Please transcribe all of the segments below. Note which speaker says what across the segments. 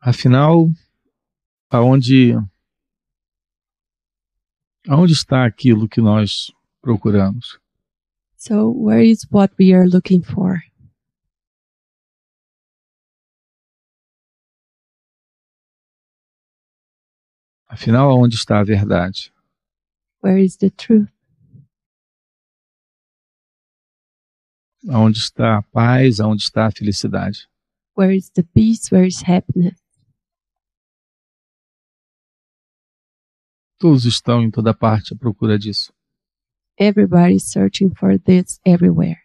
Speaker 1: Afinal, aonde aonde está aquilo que nós procuramos?
Speaker 2: So, where is what we are looking for?
Speaker 1: Afinal, aonde está a verdade?
Speaker 2: Where is the truth?
Speaker 1: Aonde está a paz? Aonde está a felicidade?
Speaker 2: Where is the peace? Where is happiness?
Speaker 1: Todos estão em toda parte à procura disso.
Speaker 2: Everybody is searching for this everywhere.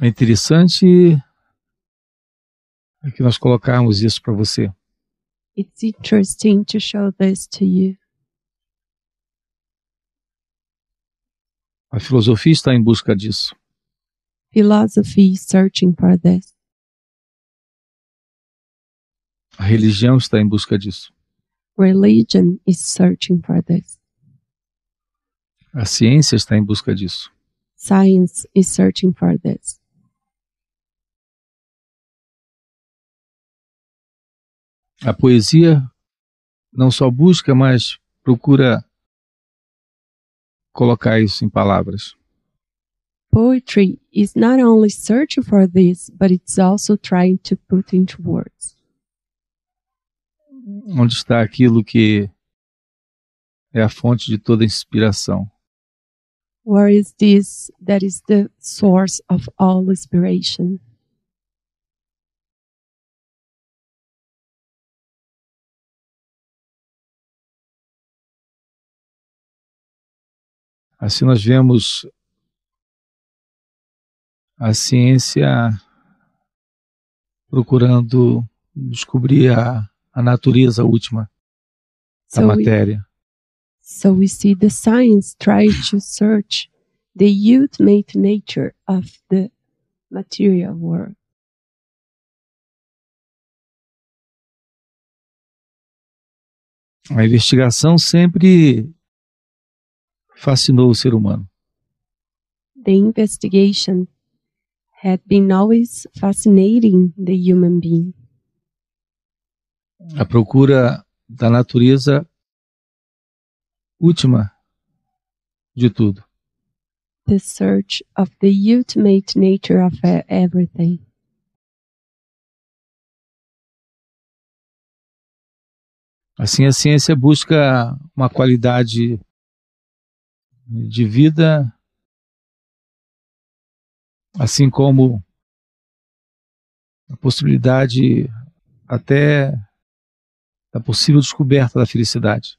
Speaker 1: É interessante é que nós colocarmos isso para você.
Speaker 2: It's interesting to show this to you.
Speaker 1: A filosofia está em busca disso.
Speaker 2: Philosophy is searching for this.
Speaker 1: A religião está em busca disso.
Speaker 2: Religion is searching for this.
Speaker 1: A ciência está em busca disso.
Speaker 2: Science is searching for this.
Speaker 1: A poesia não só busca, mas procura colocar isso em palavras.
Speaker 2: Poetry is not only searching for this, but it's also trying to put into words.
Speaker 1: Onde está aquilo que é a fonte de toda inspiração?
Speaker 2: Where is this that is the source of all inspiration?
Speaker 1: Assim nós vemos a ciência procurando descobrir a, a natureza última da
Speaker 2: So we-
Speaker 1: matéria.
Speaker 2: So we see the science try to search the ultimate nature of the material world.
Speaker 1: A investigação sempre fascinou o ser humano.
Speaker 2: The investigation had been always fascinating the human being.
Speaker 1: A procura da natureza última de tudo.
Speaker 2: The search of the ultimate nature of e- everything.
Speaker 1: Assim, a ciência busca uma qualidade de vida, assim como a possibilidade até da possível descoberta da felicidade.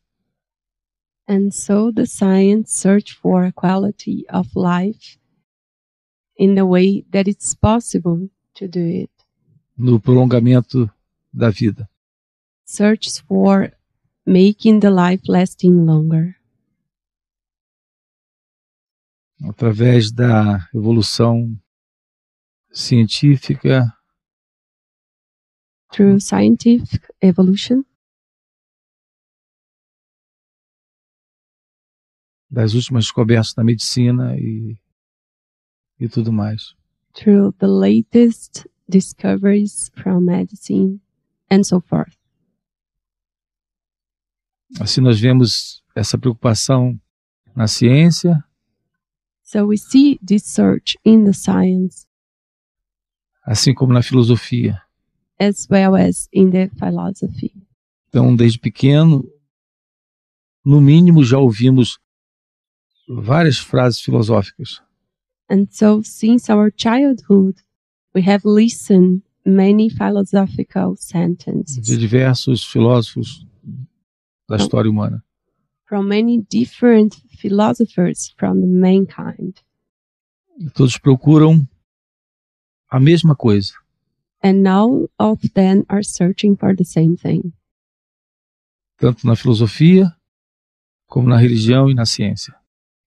Speaker 2: And so the science search for a quality of life in the way that it's possible to do it.
Speaker 1: no prolongamento da vida.
Speaker 2: Searches for making the life lasting longer.
Speaker 1: Através da evolução científica,
Speaker 2: through scientific evolution,
Speaker 1: das últimas descobertas da medicina e, e tudo mais.
Speaker 2: through the latest discoveries from medicine, and so forth.
Speaker 1: Assim, nós vemos essa preocupação na ciência,
Speaker 2: So we see this search in the science
Speaker 1: assim como na filosofia.
Speaker 2: as well as in the philosophy.
Speaker 1: Então, desde pequeno, no mínimo, já ouvimos várias frases filosóficas.
Speaker 2: And so, since our childhood, we have listened many philosophical
Speaker 1: de
Speaker 2: sentences
Speaker 1: diversos filósofos da história humana.
Speaker 2: from many different philosophers from the mankind,
Speaker 1: E todos procuram a mesma coisa.
Speaker 2: and all of them are searching for the same thing.
Speaker 1: tanto na filosofia como na religião e na ciência.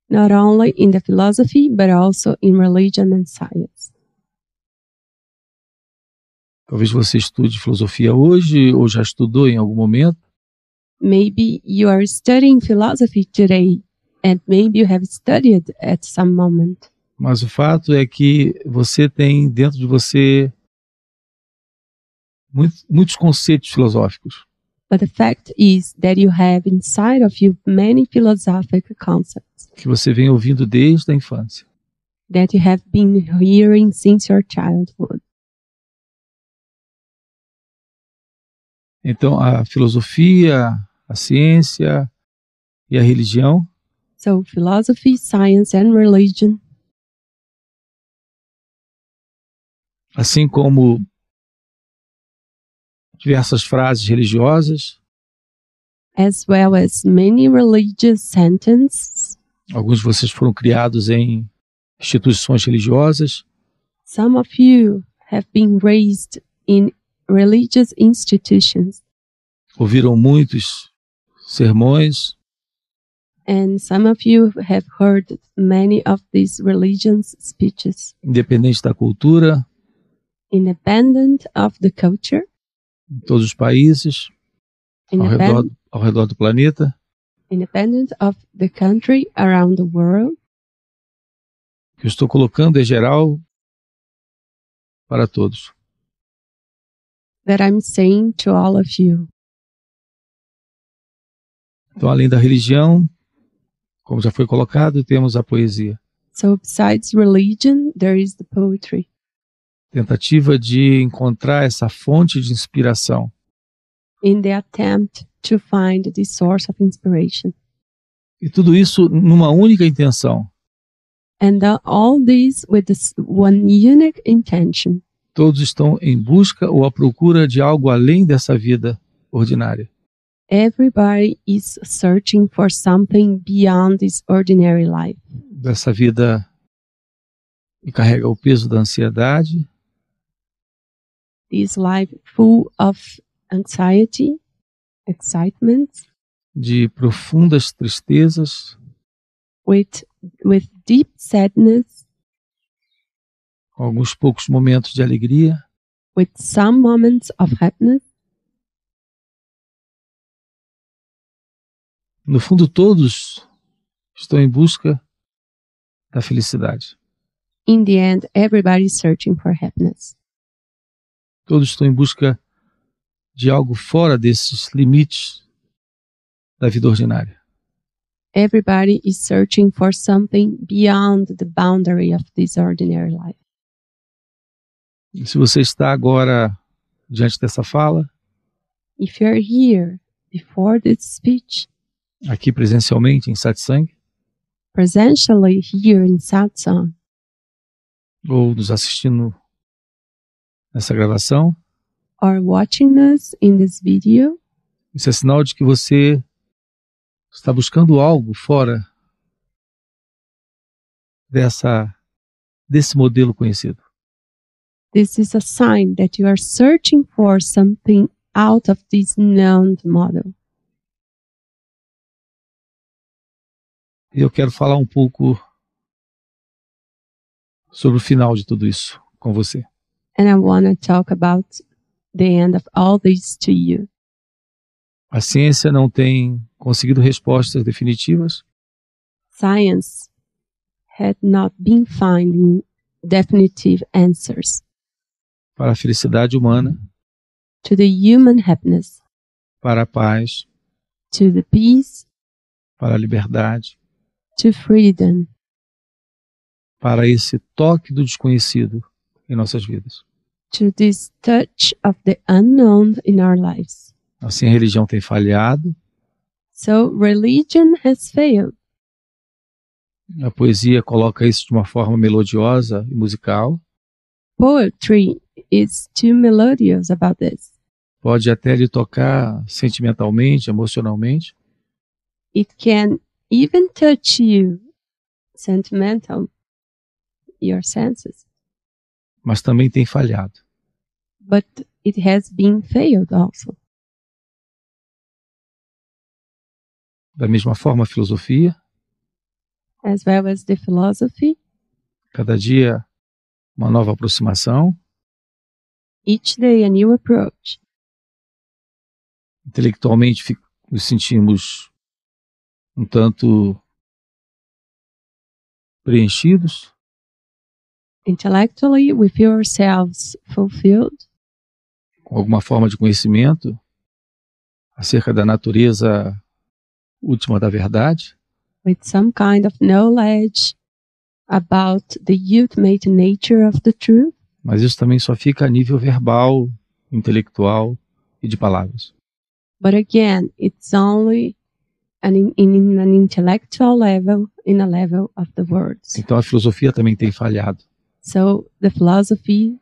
Speaker 2: not only in the philosophy but also in religion and science.
Speaker 1: Talvez você estude filosofia hoje ou já estudou em algum momento
Speaker 2: Maybe you are studying philosophy today and maybe you have studied at some moment.
Speaker 1: Mas o fato é que você tem dentro de você muito- muitos conceitos filosóficos.
Speaker 2: But the fact is that you have inside of you many philosophical concepts
Speaker 1: que você vem ouvindo desde a infância.
Speaker 2: that you have been hearing since your childhood.
Speaker 1: Então, a filosofia, a ciência e a religião
Speaker 2: So, philosophy, science, and religion,
Speaker 1: assim como diversas frases religiosas,
Speaker 2: as well as many religious sentences.
Speaker 1: alguns de vocês foram criados em instituições religiosas,
Speaker 2: Some of you have been raised in religious institutions,
Speaker 1: ouviram muitos sermões,
Speaker 2: and some of you have heard many of these religions speeches,
Speaker 1: independente da cultura,
Speaker 2: independent of the culture,
Speaker 1: em todos os países ao redor,
Speaker 2: independent,
Speaker 1: ao redor do planeta,
Speaker 2: independent of the country around the world.
Speaker 1: que eu estou colocando é geral para todos.
Speaker 2: that I'm saying to all of you.
Speaker 1: Então, além da religião, como já foi colocado, temos a poesia.
Speaker 2: So, besides religion, there is the poetry,
Speaker 1: Tentativa de encontrar essa fonte de inspiração
Speaker 2: in the attempt to find the source of inspiration.
Speaker 1: e tudo isso numa única intenção.
Speaker 2: And the- all this with this one unique intention.
Speaker 1: Todos estão em busca ou à procura de algo além dessa vida ordinária.
Speaker 2: Everybody is searching for something beyond this ordinary life,
Speaker 1: Dessa vida que carrega o peso da ansiedade,
Speaker 2: this life full of anxiety, excitement,
Speaker 1: de profundas tristezas,
Speaker 2: with, with deep sadness,
Speaker 1: com alguns poucos momentos de alegria,
Speaker 2: with some moments of happiness.
Speaker 1: No fundo, todos estão em busca da felicidade.
Speaker 2: In the end, everybody is searching for happiness.
Speaker 1: Todos estão em busca de algo fora desses limites da vida ordinária.
Speaker 2: everybody is searching for something beyond the boundary of this ordinary life.
Speaker 1: E se você está agora diante dessa fala,
Speaker 2: If you're here before this speech,
Speaker 1: aqui presencialmente em Satsang,
Speaker 2: presentially here in satsang,
Speaker 1: ou nos assistindo nessa gravação,
Speaker 2: or watching us in this video,
Speaker 1: isso é sinal de que você está buscando algo fora dessa desse modelo conhecido.
Speaker 2: this is a sign that you are searching for something out of this known model.
Speaker 1: E eu quero falar um pouco sobre o final de tudo isso com você.
Speaker 2: And I want to talk about the end of all this to you.
Speaker 1: A ciência não tem conseguido respostas definitivas,
Speaker 2: Science had not been finding definitive answers
Speaker 1: para a felicidade humana,
Speaker 2: to the human happiness.
Speaker 1: para a paz,
Speaker 2: to the peace,
Speaker 1: para a liberdade,
Speaker 2: to freedom,
Speaker 1: para esse toque do desconhecido em nossas vidas.
Speaker 2: to this touch of the unknown in our lives.
Speaker 1: Assim, a religião tem falhado,
Speaker 2: So religion has failed.
Speaker 1: a poesia coloca isso de uma forma melodiosa e musical,
Speaker 2: Poetry is too melodious about this.
Speaker 1: pode até lhe tocar sentimentalmente, emocionalmente,
Speaker 2: It can even touch you, sentimental, your senses,
Speaker 1: mas também tem falhado.
Speaker 2: but it has been failed also.
Speaker 1: Da mesma forma, a filosofia
Speaker 2: As well as the philosophy,
Speaker 1: cada dia uma nova aproximação
Speaker 2: each day a new approach.
Speaker 1: intelectualmente fi- nos sentimos um tanto preenchidos,
Speaker 2: intellectually with yourselves fulfilled
Speaker 1: com alguma forma de conhecimento acerca da natureza última da verdade,
Speaker 2: with some kind of knowledge about the ultimate nature of the truth,
Speaker 1: mas isso também só fica a nível verbal, intelectual e de palavras.
Speaker 2: but again, it's only an in, in an intellectual level, in a level of the words.
Speaker 1: Então a filosofia também tem falhado.
Speaker 2: So the philosophy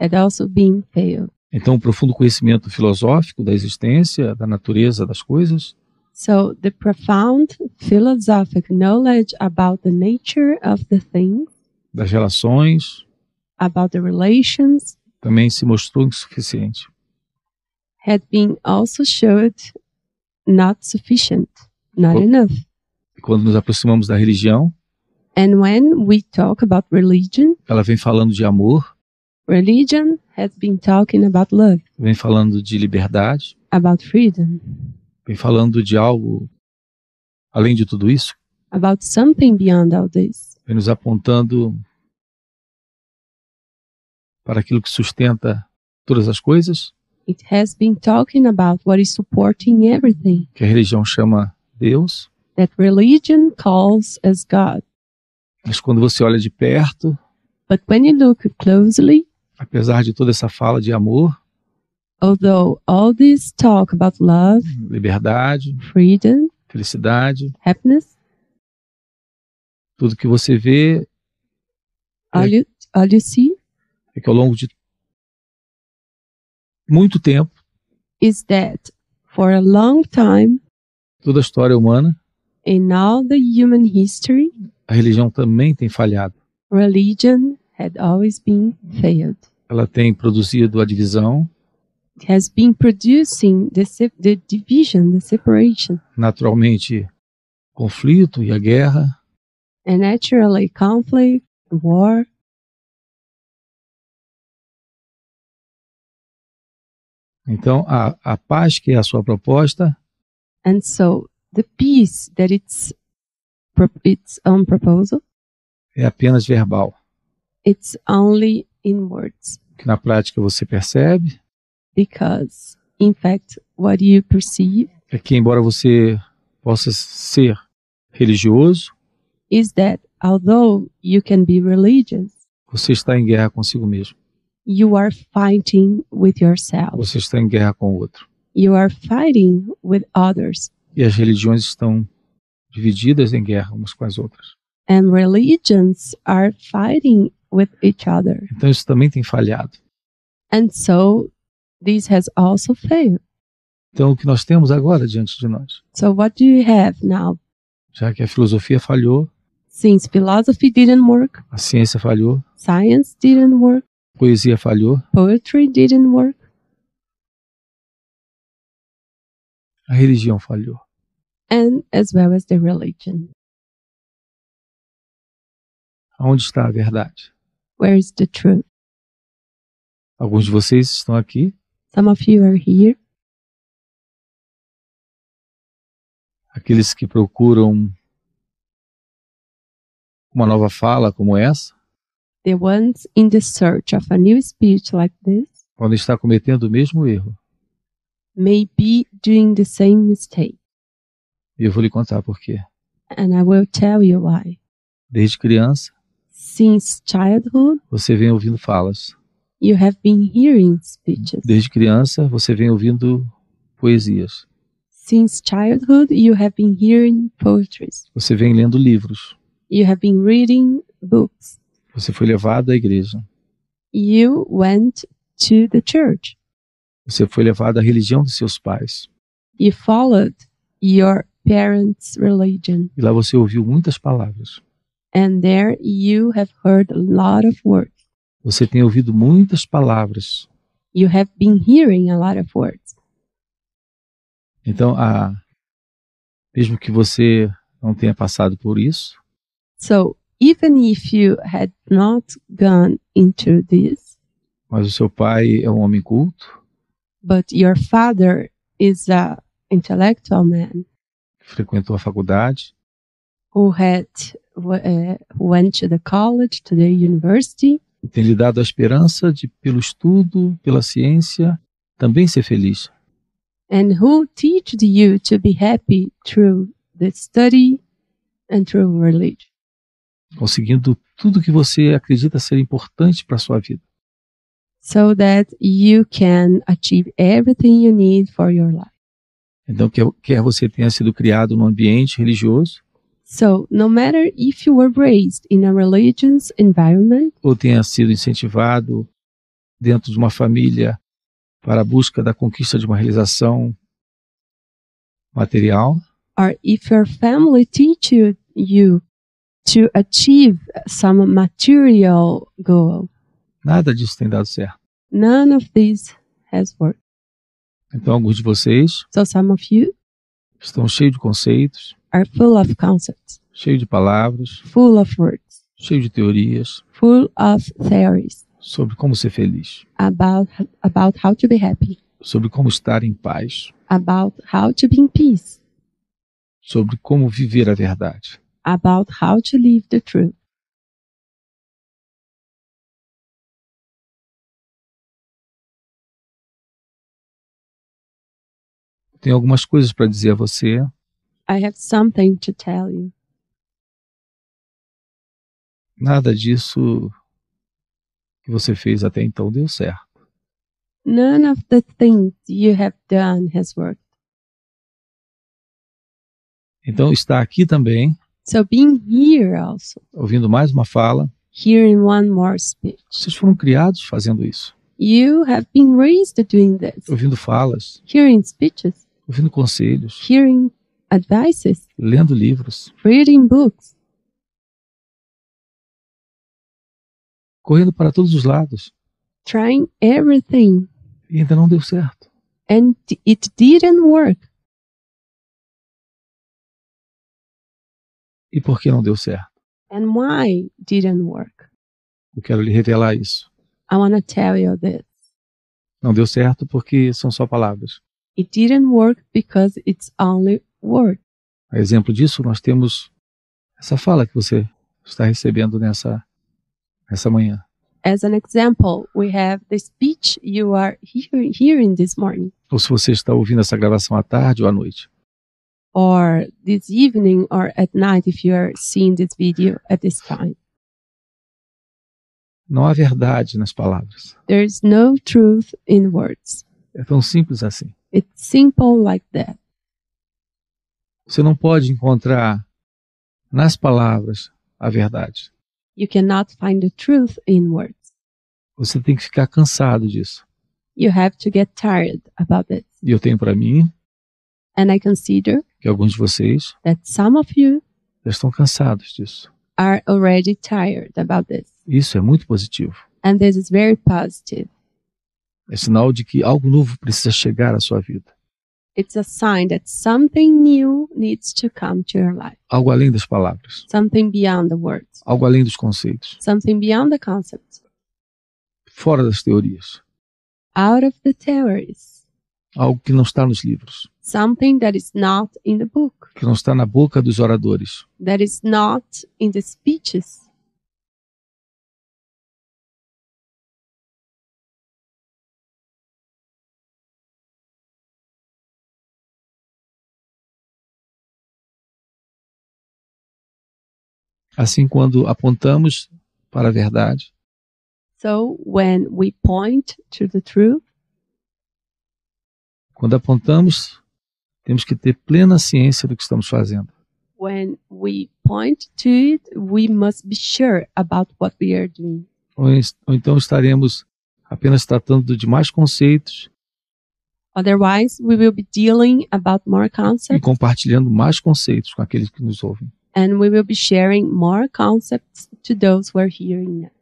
Speaker 2: had also been failed.
Speaker 1: Então o profundo conhecimento filosófico da existência, da natureza das coisas,
Speaker 2: So the profound philosophic knowledge about the nature of the thing,
Speaker 1: das relações,
Speaker 2: about the relations,
Speaker 1: também se mostrou insuficiente.
Speaker 2: had been also showed not sufficient, not
Speaker 1: Well-
Speaker 2: enough.
Speaker 1: E quando nos aproximamos da religião,
Speaker 2: And when we talk about religion,
Speaker 1: ela vem falando de amor,
Speaker 2: religion has been talking about love,
Speaker 1: vem falando de liberdade,
Speaker 2: about freedom,
Speaker 1: vem falando de algo além de tudo isso,
Speaker 2: about something beyond all this.
Speaker 1: vem nos apontando para aquilo que sustenta todas as coisas,
Speaker 2: It has been talking about what is supporting everything
Speaker 1: que a religião chama Deus,
Speaker 2: that religion calls as God.
Speaker 1: mas quando você olha de perto,
Speaker 2: But when you look closely,
Speaker 1: apesar de toda essa fala de amor,
Speaker 2: although all this talk about love,
Speaker 1: liberdade,
Speaker 2: freedom,
Speaker 1: felicidade,
Speaker 2: happiness,
Speaker 1: tudo que você vê
Speaker 2: all you all you see
Speaker 1: é que ao longo de muito tempo,
Speaker 2: is that for a long time
Speaker 1: toda a história humana,
Speaker 2: in all the human history,
Speaker 1: a religião também tem falhado.
Speaker 2: religion had always been failed.
Speaker 1: Ela tem produzido a divisão,
Speaker 2: It has been producing the, se- the division, the separation,
Speaker 1: naturalmente, conflito e a guerra,
Speaker 2: and naturally conflict, war,
Speaker 1: Então, a, a paz que é a sua proposta,
Speaker 2: And so the peace that it's pro- its own proposal,
Speaker 1: é apenas verbal.
Speaker 2: it's only in words
Speaker 1: O que na prática você percebe
Speaker 2: because in fact what you perceive
Speaker 1: é que, embora você possa ser religioso,
Speaker 2: is that although you can be religious,
Speaker 1: você está em guerra consigo mesmo.
Speaker 2: you are fighting with yourself.
Speaker 1: Você está em guerra com o outro.
Speaker 2: You are fighting with others.
Speaker 1: E as religiões estão divididas em guerra umas com as outras.
Speaker 2: And religions are fighting with each other.
Speaker 1: Então, isso também tem falhado.
Speaker 2: And so this has also failed.
Speaker 1: Então, o que nós temos agora diante de nós?
Speaker 2: So what do you have now?
Speaker 1: Já que a filosofia falhou,
Speaker 2: Since philosophy didn't work,
Speaker 1: a ciência falhou,
Speaker 2: science didn't work,
Speaker 1: a poesia falhou,
Speaker 2: poetry didn't work,
Speaker 1: a religião falhou.
Speaker 2: and as well as the religion.
Speaker 1: Onde está a verdade?
Speaker 2: Where is the truth?
Speaker 1: Alguns de vocês estão aqui
Speaker 2: Some of you are here,
Speaker 1: aqueles que procuram uma nova fala como essa,
Speaker 2: the ones in the search of a new speech like this
Speaker 1: podem estar cometendo o mesmo erro.
Speaker 2: may be doing the same mistake,
Speaker 1: E eu vou lhe contar por quê.
Speaker 2: and I will tell you why.
Speaker 1: Desde criança,
Speaker 2: Since childhood,
Speaker 1: você vem ouvindo falas.
Speaker 2: you have been hearing speeches.
Speaker 1: Desde criança, você vem ouvindo poesias.
Speaker 2: Since childhood, you have been hearing poetries.
Speaker 1: Você vem lendo livros.
Speaker 2: You have been reading books.
Speaker 1: Você foi levado à igreja.
Speaker 2: You went to the church.
Speaker 1: Você foi levado à religião dos seus pais.
Speaker 2: You followed your parents' religion.
Speaker 1: E lá você ouviu muitas palavras.
Speaker 2: and there you have heard a lot of words.
Speaker 1: Você tem ouvido muitas palavras.
Speaker 2: You have been hearing a lot of words.
Speaker 1: Então, a... mesmo que você não tenha passado por isso,
Speaker 2: So even if you had not gone into this,
Speaker 1: mas o seu pai é um homem culto,
Speaker 2: but your father is a intellectual man
Speaker 1: que frequentou a faculdade,
Speaker 2: who had w- uh, went to the college, to the university,
Speaker 1: e tem lhe dado a esperança de, pelo estudo, pela ciência, também ser feliz.
Speaker 2: and who teaches you to be happy through the study and through religion.
Speaker 1: conseguindo tudo que você acredita ser importante para a sua vida,
Speaker 2: So that you can achieve everything you need for your life.
Speaker 1: então quer, quer você tenha sido criado num ambiente religioso
Speaker 2: So, no matter if you were raised in a religious environment
Speaker 1: ou tenha sido incentivado dentro de uma família para a busca da conquista de uma realização material,
Speaker 2: or if your family teach you, you to achieve some material goal,
Speaker 1: nada disso tem dado certo.
Speaker 2: none of this has worked.
Speaker 1: Então alguns de vocês
Speaker 2: So, some of you
Speaker 1: estão cheios de conceitos,
Speaker 2: are full of concepts,
Speaker 1: cheios de palavras,
Speaker 2: full of words,
Speaker 1: cheios de teorias
Speaker 2: full of theories
Speaker 1: sobre como ser feliz,
Speaker 2: about about how to be happy,
Speaker 1: sobre como estar em paz,
Speaker 2: about how to be in peace,
Speaker 1: sobre como viver a verdade.
Speaker 2: about how to live the truth.
Speaker 1: Tenho algumas coisas para dizer a você
Speaker 2: I have something to tell you.
Speaker 1: nada disso que você fez até então deu certo.
Speaker 2: None of the things you have done has worked.
Speaker 1: Então, está aqui também,
Speaker 2: So being here also,
Speaker 1: ouvindo mais uma fala,
Speaker 2: hearing one more speech,
Speaker 1: vocês foram criados fazendo isso,
Speaker 2: you have been raised doing this,
Speaker 1: ouvindo falas,
Speaker 2: hearing speeches,
Speaker 1: ouvindo conselhos,
Speaker 2: hearing advices,
Speaker 1: lendo livros,
Speaker 2: reading books,
Speaker 1: correndo para todos os lados,
Speaker 2: trying everything,
Speaker 1: e ainda não deu certo.
Speaker 2: and it didn't work.
Speaker 1: E por que não deu certo?
Speaker 2: And why didn't work?
Speaker 1: Eu quero lhe revelar isso.
Speaker 2: I want to tell you this.
Speaker 1: Não deu certo porque são só palavras.
Speaker 2: It didn't work because it's only word.
Speaker 1: A exemplo disso, nós temos essa fala que você está recebendo nessa, nessa manhã.
Speaker 2: As an example, we have the speech you are hear- hearing this morning.
Speaker 1: Ou se você está ouvindo essa gravação à tarde ou à noite.
Speaker 2: or this evening or at night if you are seeing this video at this time.
Speaker 1: Não há verdade nas palavras.
Speaker 2: There is no truth in words.
Speaker 1: É tão simples assim.
Speaker 2: It's simple like that.
Speaker 1: Você não pode encontrar nas palavras a verdade.
Speaker 2: You cannot find the truth in words.
Speaker 1: Você tem que ficar cansado disso.
Speaker 2: You have to get tired about it.
Speaker 1: E eu tenho para mim
Speaker 2: And I consider
Speaker 1: que alguns de vocês
Speaker 2: that some of you
Speaker 1: já estão cansados disso.
Speaker 2: are already tired about this.
Speaker 1: Isso é muito positivo.
Speaker 2: And this is very positive.
Speaker 1: É sinal de que algo novo precisa chegar à sua vida.
Speaker 2: It's a sign that something new needs to come to your life,
Speaker 1: Algo além das palavras,
Speaker 2: something beyond the words,
Speaker 1: algo além dos conceitos,
Speaker 2: something beyond the concepts,
Speaker 1: fora das teorias,
Speaker 2: out of the theories.
Speaker 1: algo que não está nos livros,
Speaker 2: something that is not in the book,
Speaker 1: que não está na boca dos oradores,
Speaker 2: that is not in the speeches.
Speaker 1: Assim, quando apontamos para a verdade,
Speaker 2: So when we point to the truth,
Speaker 1: quando apontamos, temos que ter plena ciência do que estamos fazendo.
Speaker 2: when we point to it, we must be sure about what we are doing.
Speaker 1: Ou, ens- ou então estaremos apenas tratando de mais conceitos
Speaker 2: Otherwise, we will be dealing about more
Speaker 1: e
Speaker 2: concepts
Speaker 1: compartilhando mais conceitos com aqueles que nos ouvem.
Speaker 2: and we will be sharing more concepts to those who are hearing us.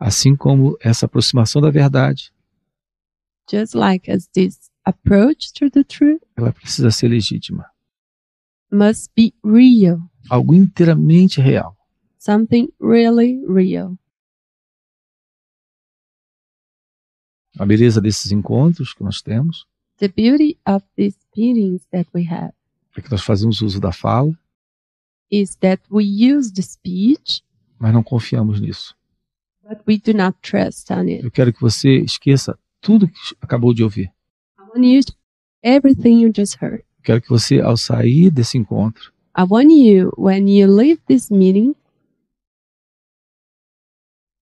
Speaker 1: Assim como essa aproximação da verdade,
Speaker 2: Just like as this approach to the truth
Speaker 1: ela precisa ser legítima,
Speaker 2: must be real,
Speaker 1: algo inteiramente real.
Speaker 2: something really real.
Speaker 1: A beleza desses encontros que nós temos
Speaker 2: The beauty of the experience that we have
Speaker 1: É que nós fazemos uso da fala,
Speaker 2: is that we use the speech,
Speaker 1: mas não confiamos nisso.
Speaker 2: but we do not trust on it.
Speaker 1: Eu quero que você esqueça tudo que acabou de ouvir.
Speaker 2: I want you to everything you just heard.
Speaker 1: Eu quero que você, ao sair desse encontro,
Speaker 2: I want you when you leave this meeting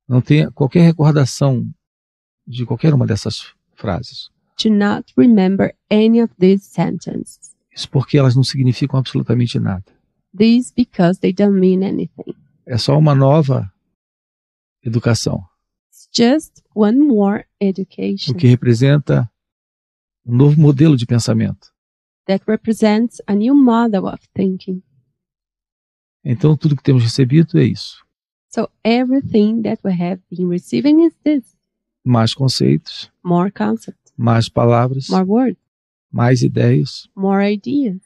Speaker 1: não tenha qualquer recordação de qualquer uma dessas frases.
Speaker 2: to not remember any of these sentences.
Speaker 1: Isso porque elas não significam absolutamente nada.
Speaker 2: These because they don't mean anything.
Speaker 1: É só uma nova educação,
Speaker 2: It's just one more
Speaker 1: o
Speaker 2: education
Speaker 1: que representa um novo modelo de pensamento.
Speaker 2: that represents a new model of thinking.
Speaker 1: Então, tudo que temos recebido é isso:
Speaker 2: So everything that we have been receiving is this
Speaker 1: mais conceitos,
Speaker 2: more concepts,
Speaker 1: mais palavras,
Speaker 2: more words,
Speaker 1: mais ideias,
Speaker 2: more ideas.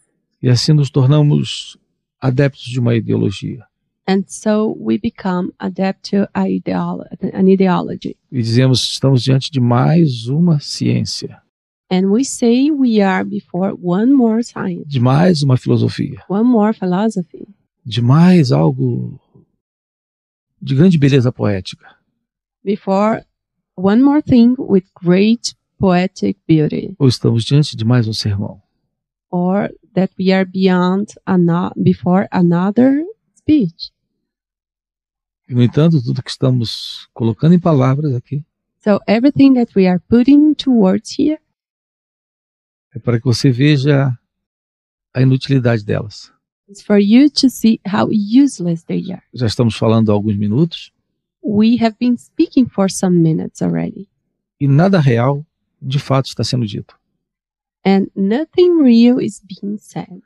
Speaker 1: e assim nos tornamos adeptos de uma ideologia.
Speaker 2: And so we become adept to ideolo- an ideology.
Speaker 1: E dizemos: estamos diante de mais uma ciência,
Speaker 2: And we say we are before one more science,
Speaker 1: de mais uma filosofia,
Speaker 2: one more philosophy.
Speaker 1: de mais algo de grande beleza poética,
Speaker 2: before one more thing with great poetic beauty,
Speaker 1: ou estamos diante de mais um sermão.
Speaker 2: or that we are beyond ano- before another speech.
Speaker 1: E, no entanto, tudo que estamos colocando em palavras aqui
Speaker 2: So everything that we are putting towards here
Speaker 1: é para que você veja a inutilidade delas.
Speaker 2: is for you to see how useless they are.
Speaker 1: Já estamos falando há alguns minutos
Speaker 2: We have been speaking for some minutes already,
Speaker 1: e nada real de fato está sendo dito.
Speaker 2: and nothing real is being said.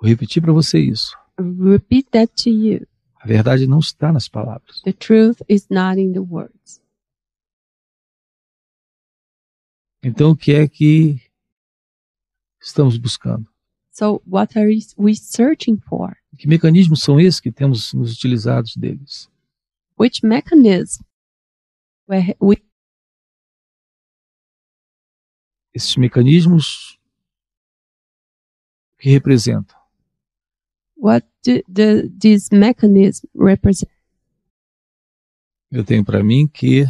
Speaker 1: Vou repetir para você isso.
Speaker 2: Repeat that to you.
Speaker 1: A verdade não está nas palavras.
Speaker 2: The truth is not in the words.
Speaker 1: Então, o que é que estamos buscando?
Speaker 2: So, what are we searching for?
Speaker 1: Que mecanismos são esses que temos nos utilizados deles?
Speaker 2: Which mechanism we we
Speaker 1: Esses mecanismos que representam
Speaker 2: what do the, this mechanism represent?
Speaker 1: Eu tenho para mim que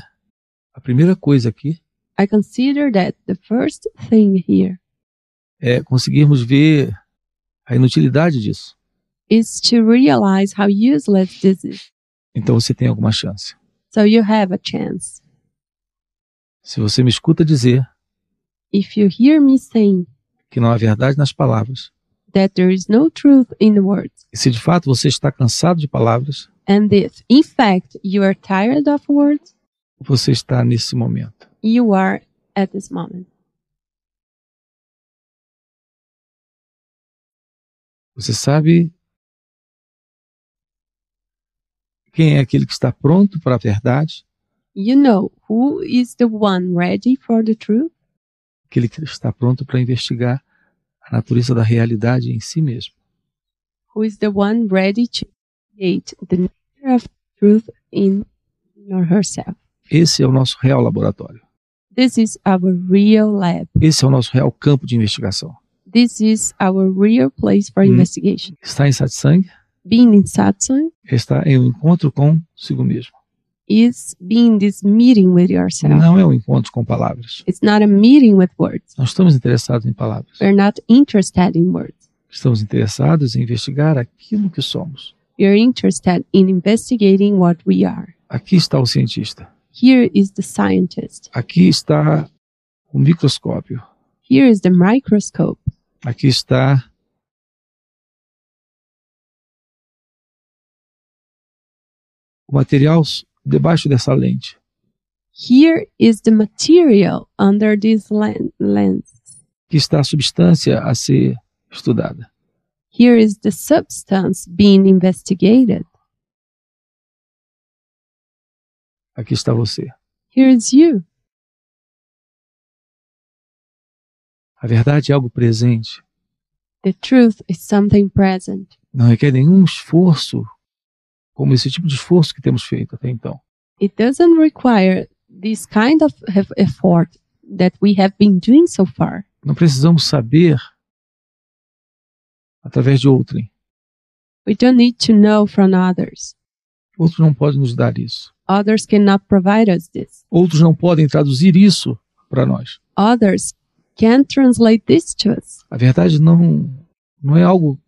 Speaker 1: a primeira coisa aqui
Speaker 2: I consider that the first thing here
Speaker 1: é conseguirmos ver a inutilidade disso.
Speaker 2: is to realize how useless this is.
Speaker 1: Então você tem alguma chance.
Speaker 2: So you have a chance.
Speaker 1: Se você me escuta dizer
Speaker 2: If you hear me saying
Speaker 1: que não há verdade nas palavras,
Speaker 2: that there is no truth in the words,
Speaker 1: e se de fato você está cansado de palavras,
Speaker 2: and if in fact you are tired of words,
Speaker 1: você está nesse momento.
Speaker 2: you are at this moment.
Speaker 1: Você sabe quem é aquele que está pronto para a verdade,
Speaker 2: You know who is the one ready for the truth?
Speaker 1: aquele que está pronto para investigar a natureza da realidade em si mesmo.
Speaker 2: Who is the one ready to create the nature of truth in in or herself?
Speaker 1: Esse é o nosso real laboratório.
Speaker 2: This is our real lab.
Speaker 1: Esse é o nosso real campo de investigação.
Speaker 2: This is our real place for
Speaker 1: Mm.
Speaker 2: investigation.
Speaker 1: Está em satsang,
Speaker 2: Being in satsang
Speaker 1: está em um encontro consigo mesmo.
Speaker 2: is being this meeting with yourself.
Speaker 1: Não é um encontro com palavras.
Speaker 2: It's not a meeting with words.
Speaker 1: Nós estamos interessados em palavras.
Speaker 2: We're not interested in words.
Speaker 1: Estamos interessados em investigar aquilo que somos.
Speaker 2: We're interested in investigating what we are.
Speaker 1: Aqui está o cientista.
Speaker 2: Here is the scientist.
Speaker 1: Aqui está o microscópio.
Speaker 2: Here is the microscope.
Speaker 1: Aqui está o material s- debaixo dessa lente.
Speaker 2: Here is the material under this len- lens.
Speaker 1: Aqui está a substância a ser estudada.
Speaker 2: Here is the substance being investigated.
Speaker 1: Aqui está você.
Speaker 2: Here is you.
Speaker 1: A verdade é algo presente.
Speaker 2: The truth is something present.
Speaker 1: Não requer nenhum esforço como esse tipo de esforço que temos feito até então.
Speaker 2: it doesn't require this kind of hef- effort that we have been doing so far.
Speaker 1: Não precisamos saber através de outrem.
Speaker 2: We don't need to know from others.
Speaker 1: Outros não podem nos dar isso.
Speaker 2: Others cannot provide us this.
Speaker 1: Outros não podem traduzir isso para nós.
Speaker 2: Others can't translate this to us.
Speaker 1: A verdade não não é algo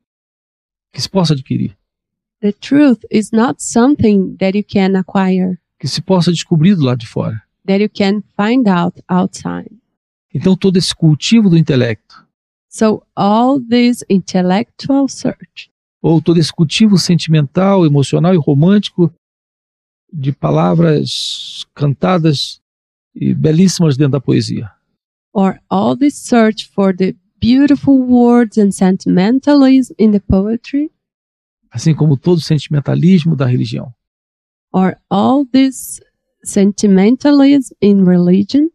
Speaker 1: que se possa adquirir,
Speaker 2: The truth is not something that you can acquire,
Speaker 1: que se possa descobrir do lado de fora.
Speaker 2: that you can find out outside.
Speaker 1: Então todo esse cultivo do intelecto,
Speaker 2: So, all this intellectual search,
Speaker 1: ou todo esse cultivo sentimental, emocional e romântico de palavras cantadas e belíssimas dentro da poesia,
Speaker 2: or all this search for the beautiful words and sentimentalism in the poetry,
Speaker 1: assim como todo o sentimentalismo da religião.
Speaker 2: or all this sentimentalism in religion,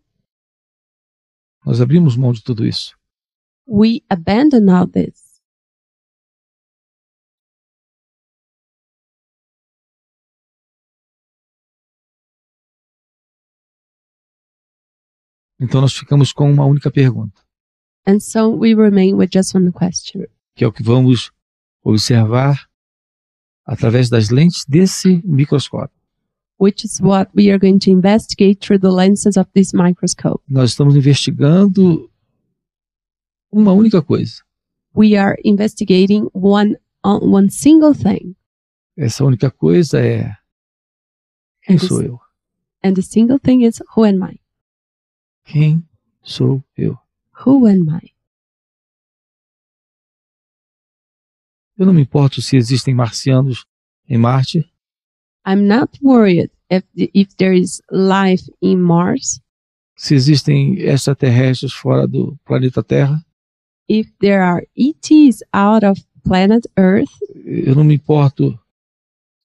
Speaker 1: Nós abrimos mão de tudo isso.
Speaker 2: we abandon all this.
Speaker 1: Então nós ficamos com uma única pergunta,
Speaker 2: And so we remain with just one question.
Speaker 1: que é o que vamos observar através das lentes desse microscópio.
Speaker 2: which is what we are going to investigate through the lenses of this microscope.
Speaker 1: nós estamos investigando uma única coisa.
Speaker 2: We are investigating one on one single thing,
Speaker 1: Essa única coisa é quem
Speaker 2: and, the-
Speaker 1: sou eu?
Speaker 2: and the single thing is who am I?
Speaker 1: Quem sou eu?
Speaker 2: Who am I?
Speaker 1: Eu não me importo se existem marcianos em Marte,
Speaker 2: I'm not worried if the, if there is life in Mars,
Speaker 1: se existem extraterrestres fora do planeta Terra.
Speaker 2: if there are ETs out of planet Earth.
Speaker 1: Eu não me importo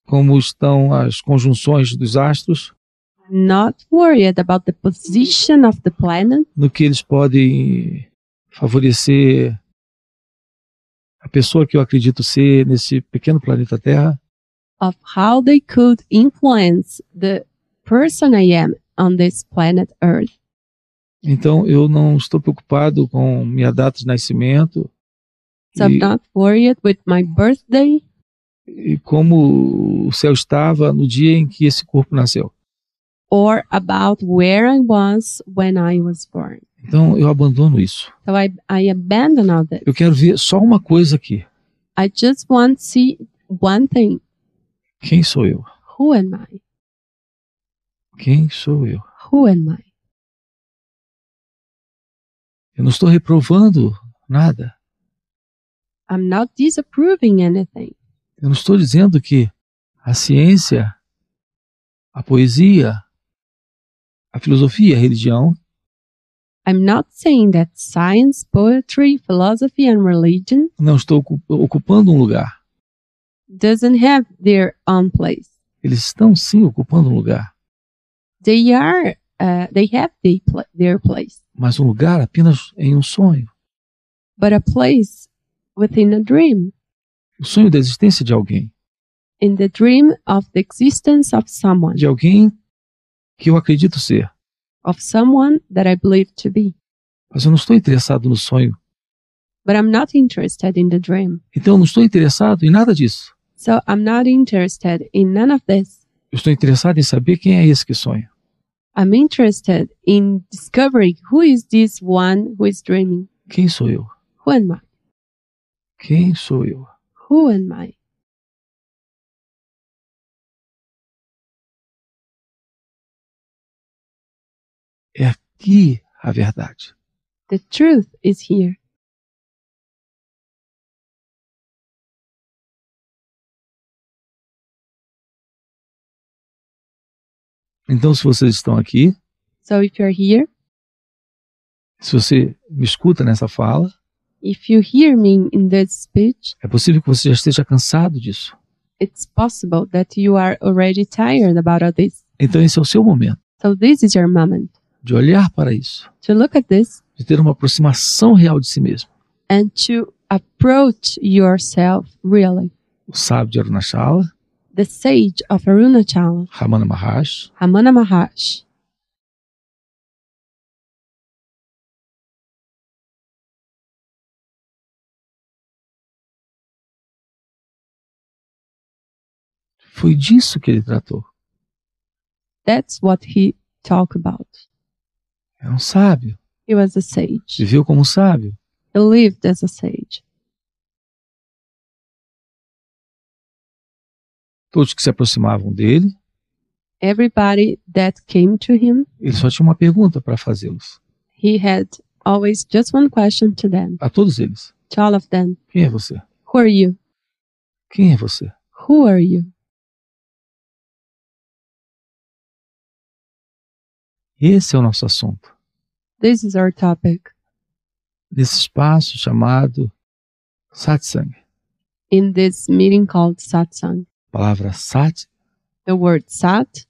Speaker 1: como estão as conjunções dos astros,
Speaker 2: I'm not worried about the position of the planet,
Speaker 1: no que eles podem favorecer a pessoa que eu acredito ser nesse pequeno planeta Terra.
Speaker 2: of how they could influence the person I am on this planet Earth.
Speaker 1: Então eu não estou preocupado com minha data de nascimento
Speaker 2: So I'm
Speaker 1: e,
Speaker 2: not worried with my birthday
Speaker 1: e como o céu estava no dia em que esse corpo nasceu.
Speaker 2: or about where I was when I was born.
Speaker 1: Então eu abandono isso.
Speaker 2: So I, I abandon all that.
Speaker 1: Eu quero ver só uma coisa aqui.
Speaker 2: I just want to see one thing.
Speaker 1: Quem sou eu?
Speaker 2: Who am I?
Speaker 1: Quem sou eu?
Speaker 2: Who am I?
Speaker 1: Eu não estou reprovando nada.
Speaker 2: I'm not disapproving anything.
Speaker 1: Eu não estou dizendo que a ciência, a poesia, a filosofia, a religião
Speaker 2: I'm not saying that science, poetry, philosophy, and religion
Speaker 1: não estão ocu- ocupando um lugar.
Speaker 2: doesn't have their own place.
Speaker 1: Eles estão sim ocupando um lugar,
Speaker 2: They are, uh, they have the pla their place,
Speaker 1: mas um lugar apenas em um sonho.
Speaker 2: but a place within a dream,
Speaker 1: o sonho da existência de alguém,
Speaker 2: in the dream of the existence of someone,
Speaker 1: de alguém que eu acredito ser,
Speaker 2: of someone that I believe to be.
Speaker 1: mas eu não estou interessado no sonho.
Speaker 2: but I'm not interested in the dream.
Speaker 1: Então eu não estou interessado em nada disso.
Speaker 2: So I'm not interested in none of this.
Speaker 1: Eu estou interessado em saber quem é esse que sonha.
Speaker 2: I'm interested in discovering who is this one who is dreaming.
Speaker 1: Quem sou eu?
Speaker 2: Who am I?
Speaker 1: Quem sou eu?
Speaker 2: Who am I?
Speaker 1: Que a verdade.
Speaker 2: The truth is here.
Speaker 1: Então se vocês estão aqui,
Speaker 2: So if you're here,
Speaker 1: se você me escuta nessa fala,
Speaker 2: if you hear me in this speech,
Speaker 1: é possível que você já esteja cansado disso.
Speaker 2: it's possible that you are already tired about all this.
Speaker 1: Então esse é o seu momento
Speaker 2: So this is your moment
Speaker 1: de olhar para isso,
Speaker 2: to look at this
Speaker 1: de ter uma aproximação real de si mesmo.
Speaker 2: and to approach yourself really.
Speaker 1: O sábio de Arunachala,
Speaker 2: The sage of Arunachala,
Speaker 1: Ramana Maharshi,
Speaker 2: Ramana Maharshi,
Speaker 1: Foi disso que ele tratou.
Speaker 2: That's what he talked about.
Speaker 1: Era um sábio.
Speaker 2: He was a sage.
Speaker 1: Viveu como um sábio.
Speaker 2: He lived as a sage.
Speaker 1: Todos que se aproximavam dele,
Speaker 2: Everybody that came to him,
Speaker 1: ele só tinha uma pergunta para fazê-los.
Speaker 2: he had always just one question to them,
Speaker 1: A todos eles:
Speaker 2: to all of them
Speaker 1: Quem é você?
Speaker 2: Who are you?
Speaker 1: Quem é você?
Speaker 2: Who are you?
Speaker 1: Esse é o nosso assunto.
Speaker 2: This is our topic
Speaker 1: Nesse espaço chamado satsang.
Speaker 2: in this meeting called Satsang.
Speaker 1: A palavra sat
Speaker 2: The word Sat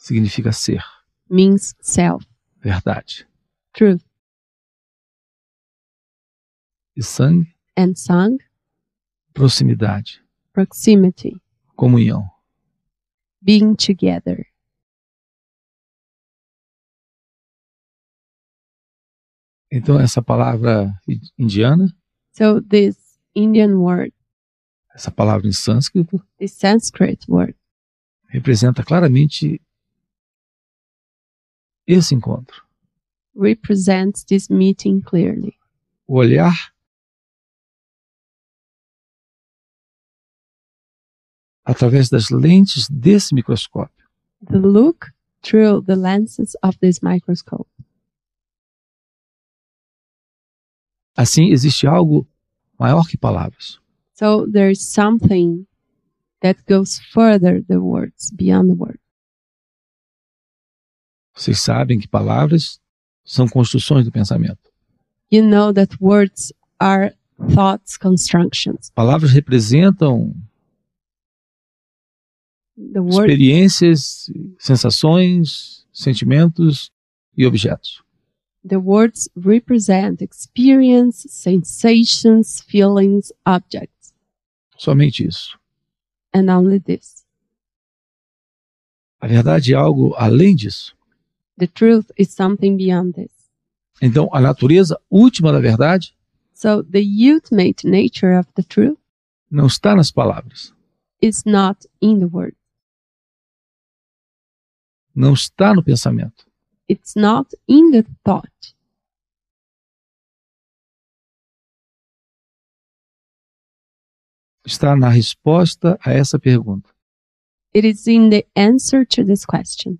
Speaker 1: significa ser,
Speaker 2: means self,
Speaker 1: verdade.
Speaker 2: truth,
Speaker 1: E sang,
Speaker 2: and Sang,
Speaker 1: proximidade,
Speaker 2: proximity,
Speaker 1: comunhão.
Speaker 2: being together.
Speaker 1: Então, essa palavra i- indiana,
Speaker 2: So, this Indian word,
Speaker 1: essa palavra em sânscrito,
Speaker 2: this Sanskrit word,
Speaker 1: representa claramente esse encontro.
Speaker 2: represents this meeting clearly.
Speaker 1: O olhar através das lentes desse microscópio.
Speaker 2: The look through the lenses of this microscope.
Speaker 1: Assim, existe algo maior que palavras.
Speaker 2: So, there's something that goes further the words, beyond the words.
Speaker 1: Vocês sabem que palavras são construções do pensamento.
Speaker 2: you know that words are thoughts constructions
Speaker 1: Palavras representam
Speaker 2: the word
Speaker 1: experiências, sensações, sentimentos e objetos.
Speaker 2: the words represent experience sensations feelings objects
Speaker 1: Somente isso.
Speaker 2: and only this
Speaker 1: A verdade é algo além disso.
Speaker 2: the truth is something beyond this
Speaker 1: Então, a natureza última da verdade
Speaker 2: so the ultimate nature of the truth
Speaker 1: não está nas palavras,
Speaker 2: is not in the word
Speaker 1: não está no pensamento,
Speaker 2: it's not in the thought
Speaker 1: está na resposta a essa pergunta.
Speaker 2: it is in the answer to this question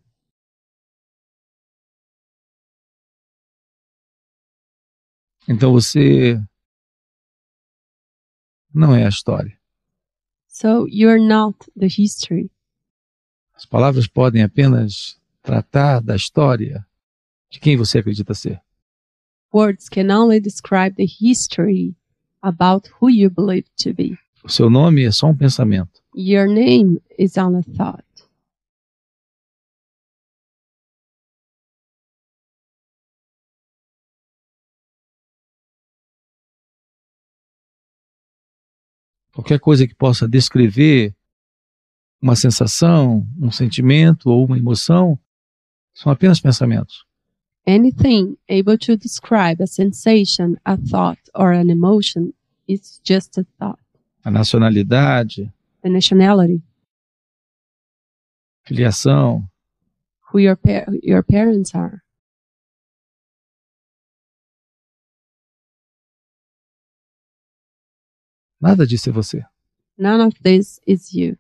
Speaker 1: Então, você não é a história.
Speaker 2: so you're not the history
Speaker 1: As palavras podem apenas tratar da história de quem você acredita ser.
Speaker 2: words can only describe the history about who you believe to be
Speaker 1: O seu nome é só um pensamento.
Speaker 2: Your name is on a thought.
Speaker 1: Qualquer coisa que possa descrever uma sensação, um sentimento ou uma emoção são apenas pensamentos.
Speaker 2: Anything able to describe a sensation, a thought, or an emotion is just a thought.
Speaker 1: A nacionalidade,
Speaker 2: The nationality,
Speaker 1: filiação,
Speaker 2: who your, par- your parents are,
Speaker 1: nada disso é você.
Speaker 2: none of this is you.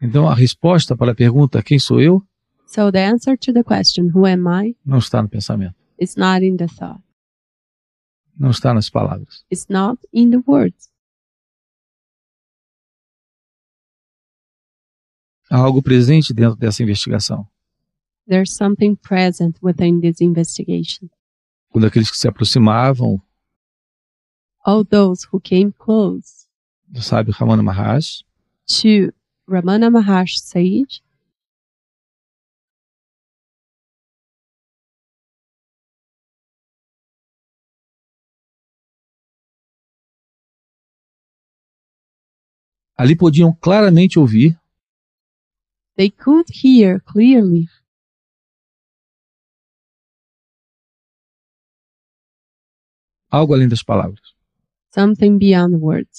Speaker 1: Então, a resposta para a pergunta quem sou eu
Speaker 2: So the answer to the question, who am I,
Speaker 1: não está no pensamento,
Speaker 2: is not in the thought.
Speaker 1: não está nas palavras.
Speaker 2: It's not in the words.
Speaker 1: Há algo presente dentro dessa investigação.
Speaker 2: There's something present within this investigation.
Speaker 1: Quando aqueles que se aproximavam
Speaker 2: All those who came close
Speaker 1: do sábio Ramana Maharaj
Speaker 2: to Ramana Maharsh sage
Speaker 1: ali podiam claramente ouvir
Speaker 2: they could hear clearly
Speaker 1: algo além das palavras.
Speaker 2: something beyond words.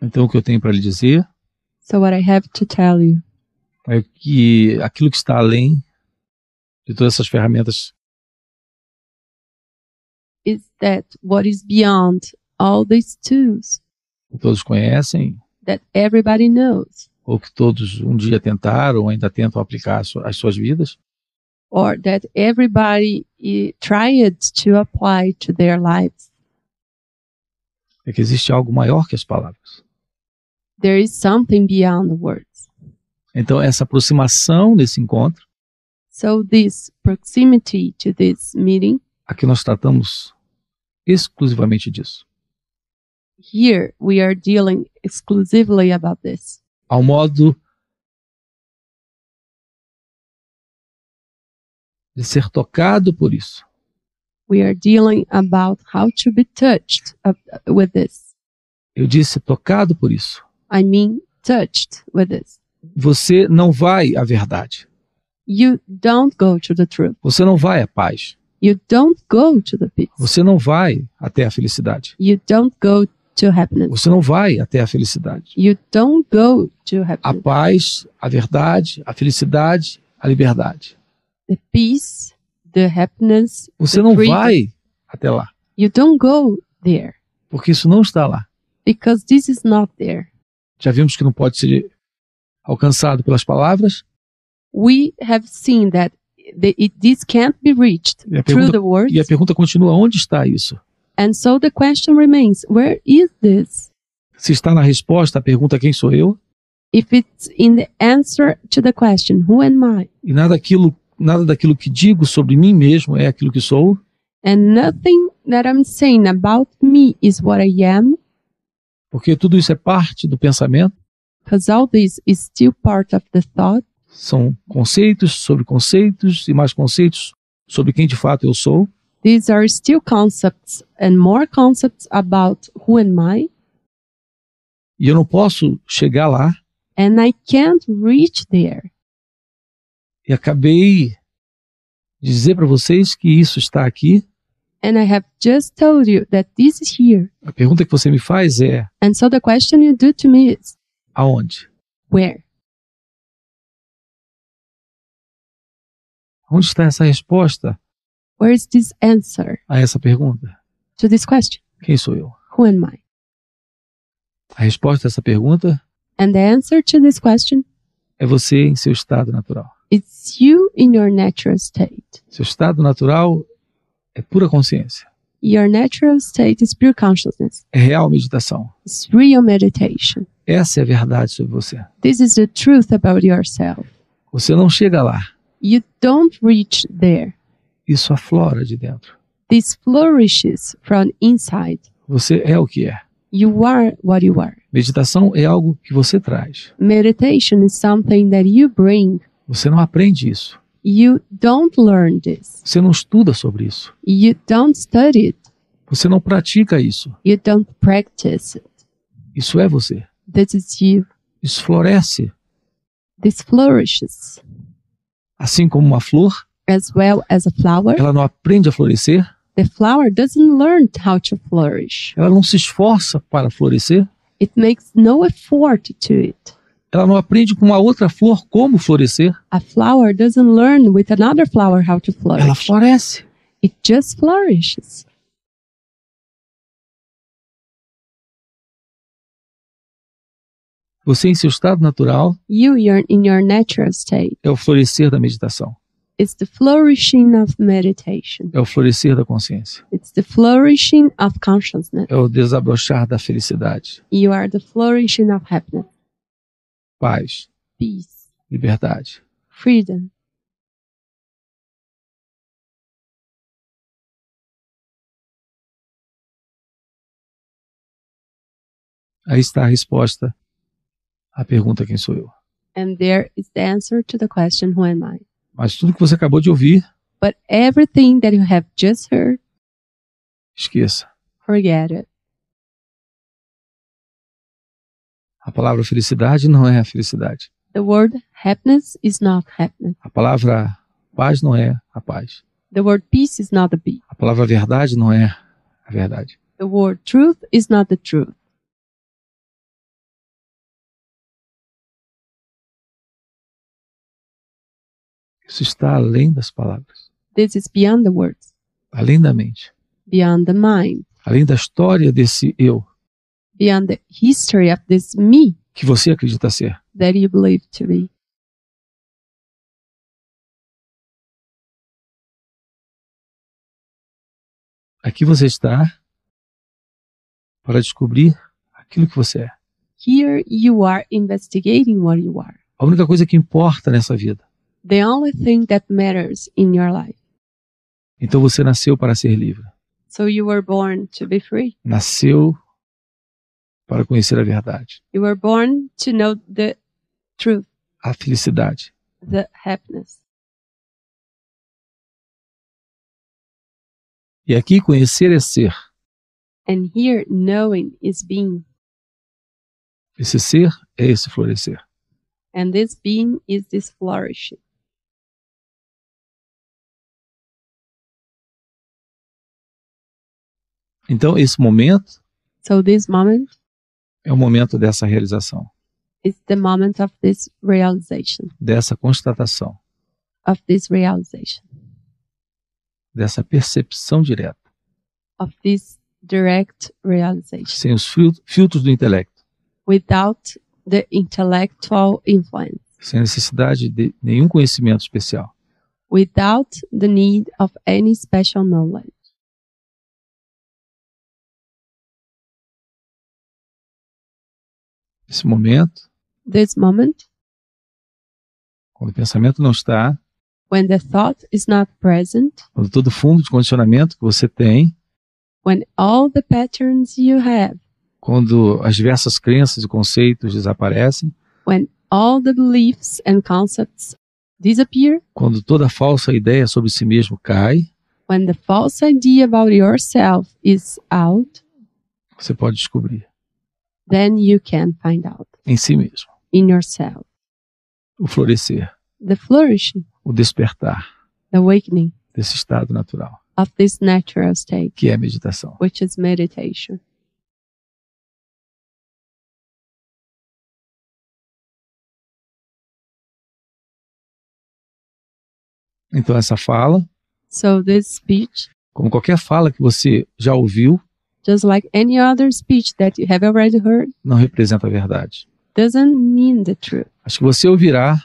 Speaker 1: Então, o que eu tenho para lhe dizer
Speaker 2: So, what I have to tell you
Speaker 1: é que aquilo que está além de todas essas ferramentas
Speaker 2: is that what is beyond all these tools
Speaker 1: que todos conhecem,
Speaker 2: that everybody knows
Speaker 1: ou que todos um dia tentaram ou ainda tentam aplicar às su- às suas vidas,
Speaker 2: or that everybody eh, tried to apply to their lives,
Speaker 1: é que existe algo maior que as palavras.
Speaker 2: there is something beyond the words.
Speaker 1: Então, essa aproximação nesse encontro,
Speaker 2: So, this proximity to this meeting,
Speaker 1: aqui nós tratamos exclusivamente disso.
Speaker 2: here we are dealing exclusively about this.
Speaker 1: Ao modo de ser tocado por isso.
Speaker 2: We are dealing about how to be touched uh, with this.
Speaker 1: Eu disse tocado por isso.
Speaker 2: I mean, touched with this.
Speaker 1: Você não vai à verdade.
Speaker 2: You don't go to the truth.
Speaker 1: Você não vai à paz.
Speaker 2: You don't go to the peace.
Speaker 1: Você não vai até a felicidade.
Speaker 2: You don't go to happiness.
Speaker 1: Você não vai até a felicidade.
Speaker 2: You don't go to
Speaker 1: A
Speaker 2: happiness.
Speaker 1: paz, a verdade, a felicidade, a liberdade.
Speaker 2: The peace, the happiness.
Speaker 1: Você
Speaker 2: the
Speaker 1: não
Speaker 2: freedom.
Speaker 1: vai até lá,
Speaker 2: You don't go there
Speaker 1: porque isso não está lá.
Speaker 2: because this is not there.
Speaker 1: Já vimos que não pode ser alcançado pelas palavras.
Speaker 2: We have seen that the, it, this can't be reached
Speaker 1: E a,
Speaker 2: through
Speaker 1: pergunta,
Speaker 2: the words.
Speaker 1: e a pergunta continua: onde está isso?
Speaker 2: And so the question remains where is this?
Speaker 1: Se está na resposta à pergunta é quem sou eu
Speaker 2: If it's in the answer to the question, who am I?
Speaker 1: e nada daquilo, nada daquilo que digo sobre mim mesmo é aquilo que sou,
Speaker 2: And nothing that I'm saying about me is what I am,
Speaker 1: porque tudo isso é parte do pensamento.
Speaker 2: because all this is still part of the thought.
Speaker 1: São conceitos sobre conceitos e mais conceitos sobre quem de fato eu sou.
Speaker 2: These are still concepts and more concepts about who am I,
Speaker 1: E eu não posso chegar lá
Speaker 2: and I can't reach there.
Speaker 1: e acabei de dizer para vocês que isso está aqui.
Speaker 2: And I have just told you that this is here.
Speaker 1: A pergunta que você me faz é
Speaker 2: And so the question you do to me is
Speaker 1: aonde?
Speaker 2: where?
Speaker 1: Onde está essa resposta
Speaker 2: Where is this answer
Speaker 1: a essa pergunta?
Speaker 2: to this question?
Speaker 1: Quem sou eu?
Speaker 2: Who am I?
Speaker 1: A resposta a essa pergunta
Speaker 2: And the answer to this question
Speaker 1: é você em seu estado natural.
Speaker 2: is you in your natural state.
Speaker 1: Seu estado natural é pura consciência,
Speaker 2: Your natural state is pure consciousness.
Speaker 1: é real meditação.
Speaker 2: It's real meditation.
Speaker 1: Essa é a verdade sobre você.
Speaker 2: This is the truth about yourself.
Speaker 1: Você não chega lá,
Speaker 2: You don't reach there.
Speaker 1: isso aflora de dentro.
Speaker 2: This flourishes from inside.
Speaker 1: Você é o que é.
Speaker 2: You are what you are.
Speaker 1: Meditação é algo que você traz.
Speaker 2: Meditation is something that you bring.
Speaker 1: Você não aprende isso.
Speaker 2: You don't learn this.
Speaker 1: Você não estuda sobre isso.
Speaker 2: You don't study it.
Speaker 1: Você não pratica isso.
Speaker 2: You don't practice it.
Speaker 1: Isso é você.
Speaker 2: This is you.
Speaker 1: Isso floresce,
Speaker 2: This flourishes.
Speaker 1: assim como uma flor,
Speaker 2: As well as a flower,
Speaker 1: ela não aprende a florescer,
Speaker 2: the flower doesn't learn how to flourish.
Speaker 1: ela não se esforça para florescer,
Speaker 2: It makes no effort to it.
Speaker 1: ela não aprende com uma outra flor como florescer,
Speaker 2: A flower doesn't learn with another flower how to
Speaker 1: ela
Speaker 2: flourish.
Speaker 1: floresce.
Speaker 2: It just flourishes.
Speaker 1: Você em seu estado natural
Speaker 2: You, you're in your natural state.
Speaker 1: é o florescer da meditação,
Speaker 2: It's the flourishing of meditation.
Speaker 1: é o florescer da consciência,
Speaker 2: It's the flourishing of consciousness.
Speaker 1: é o desabrochar da felicidade,
Speaker 2: You are the flourishing of happiness,
Speaker 1: paz,
Speaker 2: peace,
Speaker 1: liberdade.
Speaker 2: freedom.
Speaker 1: Aí está a resposta à pergunta quem sou eu.
Speaker 2: And there is the answer to the question, Who am I?
Speaker 1: Mas tudo que você acabou de ouvir,
Speaker 2: But everything that you have just heard,
Speaker 1: esqueça.
Speaker 2: forget it.
Speaker 1: A palavra felicidade não é a felicidade.
Speaker 2: The word happiness is not happiness.
Speaker 1: A palavra paz não é a paz.
Speaker 2: The word peace is not the peace.
Speaker 1: A palavra verdade não é a verdade.
Speaker 2: The word truth is not the truth.
Speaker 1: Isso está além das palavras,
Speaker 2: This is beyond the words,
Speaker 1: além da mente,
Speaker 2: beyond the mind,
Speaker 1: além da história desse eu
Speaker 2: beyond the history of this me
Speaker 1: que você acredita ser.
Speaker 2: that you believe to be.
Speaker 1: Aqui você está para descobrir aquilo que você é.
Speaker 2: Here you are investigating what you are.
Speaker 1: A única coisa que importa nessa vida.
Speaker 2: The only thing that matters in your life.
Speaker 1: Então você nasceu para ser livre.
Speaker 2: So you were born to be free.
Speaker 1: Nasceu para conhecer a verdade,
Speaker 2: You were born to know the truth,
Speaker 1: a felicidade.
Speaker 2: the happiness.
Speaker 1: E aqui conhecer é ser.
Speaker 2: And here knowing is being.
Speaker 1: Esse ser é esse florescer.
Speaker 2: And this being is this flourishing.
Speaker 1: Então esse momento
Speaker 2: So this moment
Speaker 1: é o momento dessa realização,
Speaker 2: is the moment of this realization,
Speaker 1: dessa constatação,
Speaker 2: of this realization,
Speaker 1: dessa percepção direta,
Speaker 2: of this direct realization
Speaker 1: sem os fil- filtros do intelecto,
Speaker 2: without the intellectual influence,
Speaker 1: sem necessidade de nenhum conhecimento especial.
Speaker 2: without the need of any special knowledge.
Speaker 1: Esse momento,
Speaker 2: This moment,
Speaker 1: quando o pensamento não está,
Speaker 2: when the thought is not present,
Speaker 1: quando todo o fundo de condicionamento que você tem,
Speaker 2: when all the patterns you have,
Speaker 1: quando as diversas crenças e conceitos desaparecem,
Speaker 2: when all the beliefs and concepts disappear,
Speaker 1: quando toda a falsa ideia sobre si mesmo cai,
Speaker 2: when the false idea about yourself is out,
Speaker 1: você pode descobrir
Speaker 2: then you can find out
Speaker 1: em si mesmo
Speaker 2: in yourself
Speaker 1: o florescer,
Speaker 2: the flourishing,
Speaker 1: o despertar
Speaker 2: the awakening
Speaker 1: desse estado natural,
Speaker 2: of this natural state,
Speaker 1: que é a meditação.
Speaker 2: which is meditation.
Speaker 1: Então essa fala,
Speaker 2: So, this speech,
Speaker 1: como qualquer fala que você já ouviu,
Speaker 2: just like any other speech that you have already heard,
Speaker 1: não representa a verdade.
Speaker 2: doesn't mean the truth.
Speaker 1: As que você ouvirá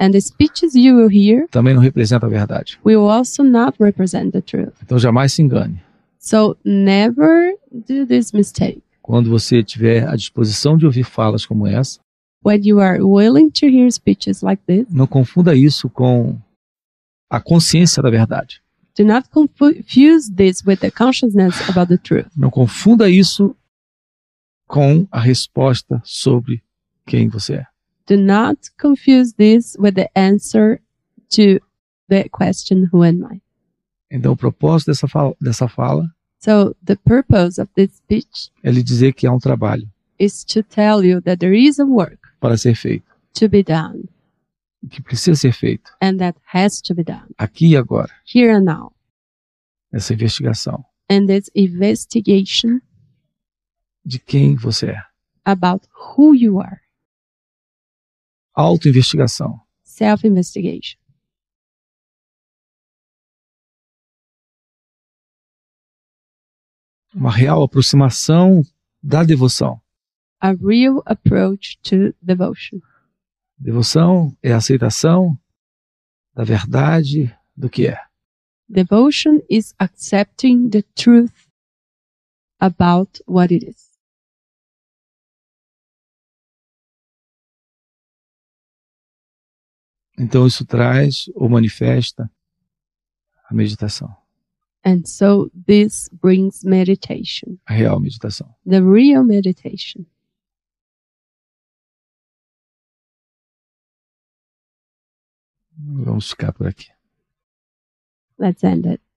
Speaker 2: And the speeches you will hear
Speaker 1: também não representa a verdade.
Speaker 2: will also not represent the truth.
Speaker 1: Então jamais se engane.
Speaker 2: So, never do this mistake.
Speaker 1: Quando você tiver a disposição de ouvir falas como essa,
Speaker 2: when you are willing to hear speeches like this,
Speaker 1: não confunda isso com a consciência da verdade.
Speaker 2: do not confuse this with the consciousness about the truth.
Speaker 1: Não confunda isso com a resposta sobre quem você é.
Speaker 2: Do not confuse this with the answer to the question, Who am I?
Speaker 1: Então o propósito dessa fala, dessa fala
Speaker 2: So, the purpose of this speech
Speaker 1: é lhe dizer que há um trabalho
Speaker 2: is to tell you that there is a work
Speaker 1: para ser feito,
Speaker 2: to be done
Speaker 1: que precisa ser feito
Speaker 2: and that has to be done
Speaker 1: aqui e agora,
Speaker 2: here and now.
Speaker 1: nessa investigação
Speaker 2: And this investigation
Speaker 1: de quem você é.
Speaker 2: about who you are,
Speaker 1: Autoinvestigação.
Speaker 2: self investigation.
Speaker 1: uma real aproximação da devoção.
Speaker 2: A real approach to devotion.
Speaker 1: Devoção é a aceitação da verdade do que é.
Speaker 2: Devotion is accepting the truth about what it is.
Speaker 1: Então isso traz ou manifesta a meditação,
Speaker 2: And so this brings meditation,
Speaker 1: a real meditação.
Speaker 2: the real meditation.
Speaker 1: Vamos ficar por aqui.
Speaker 2: Let's end it.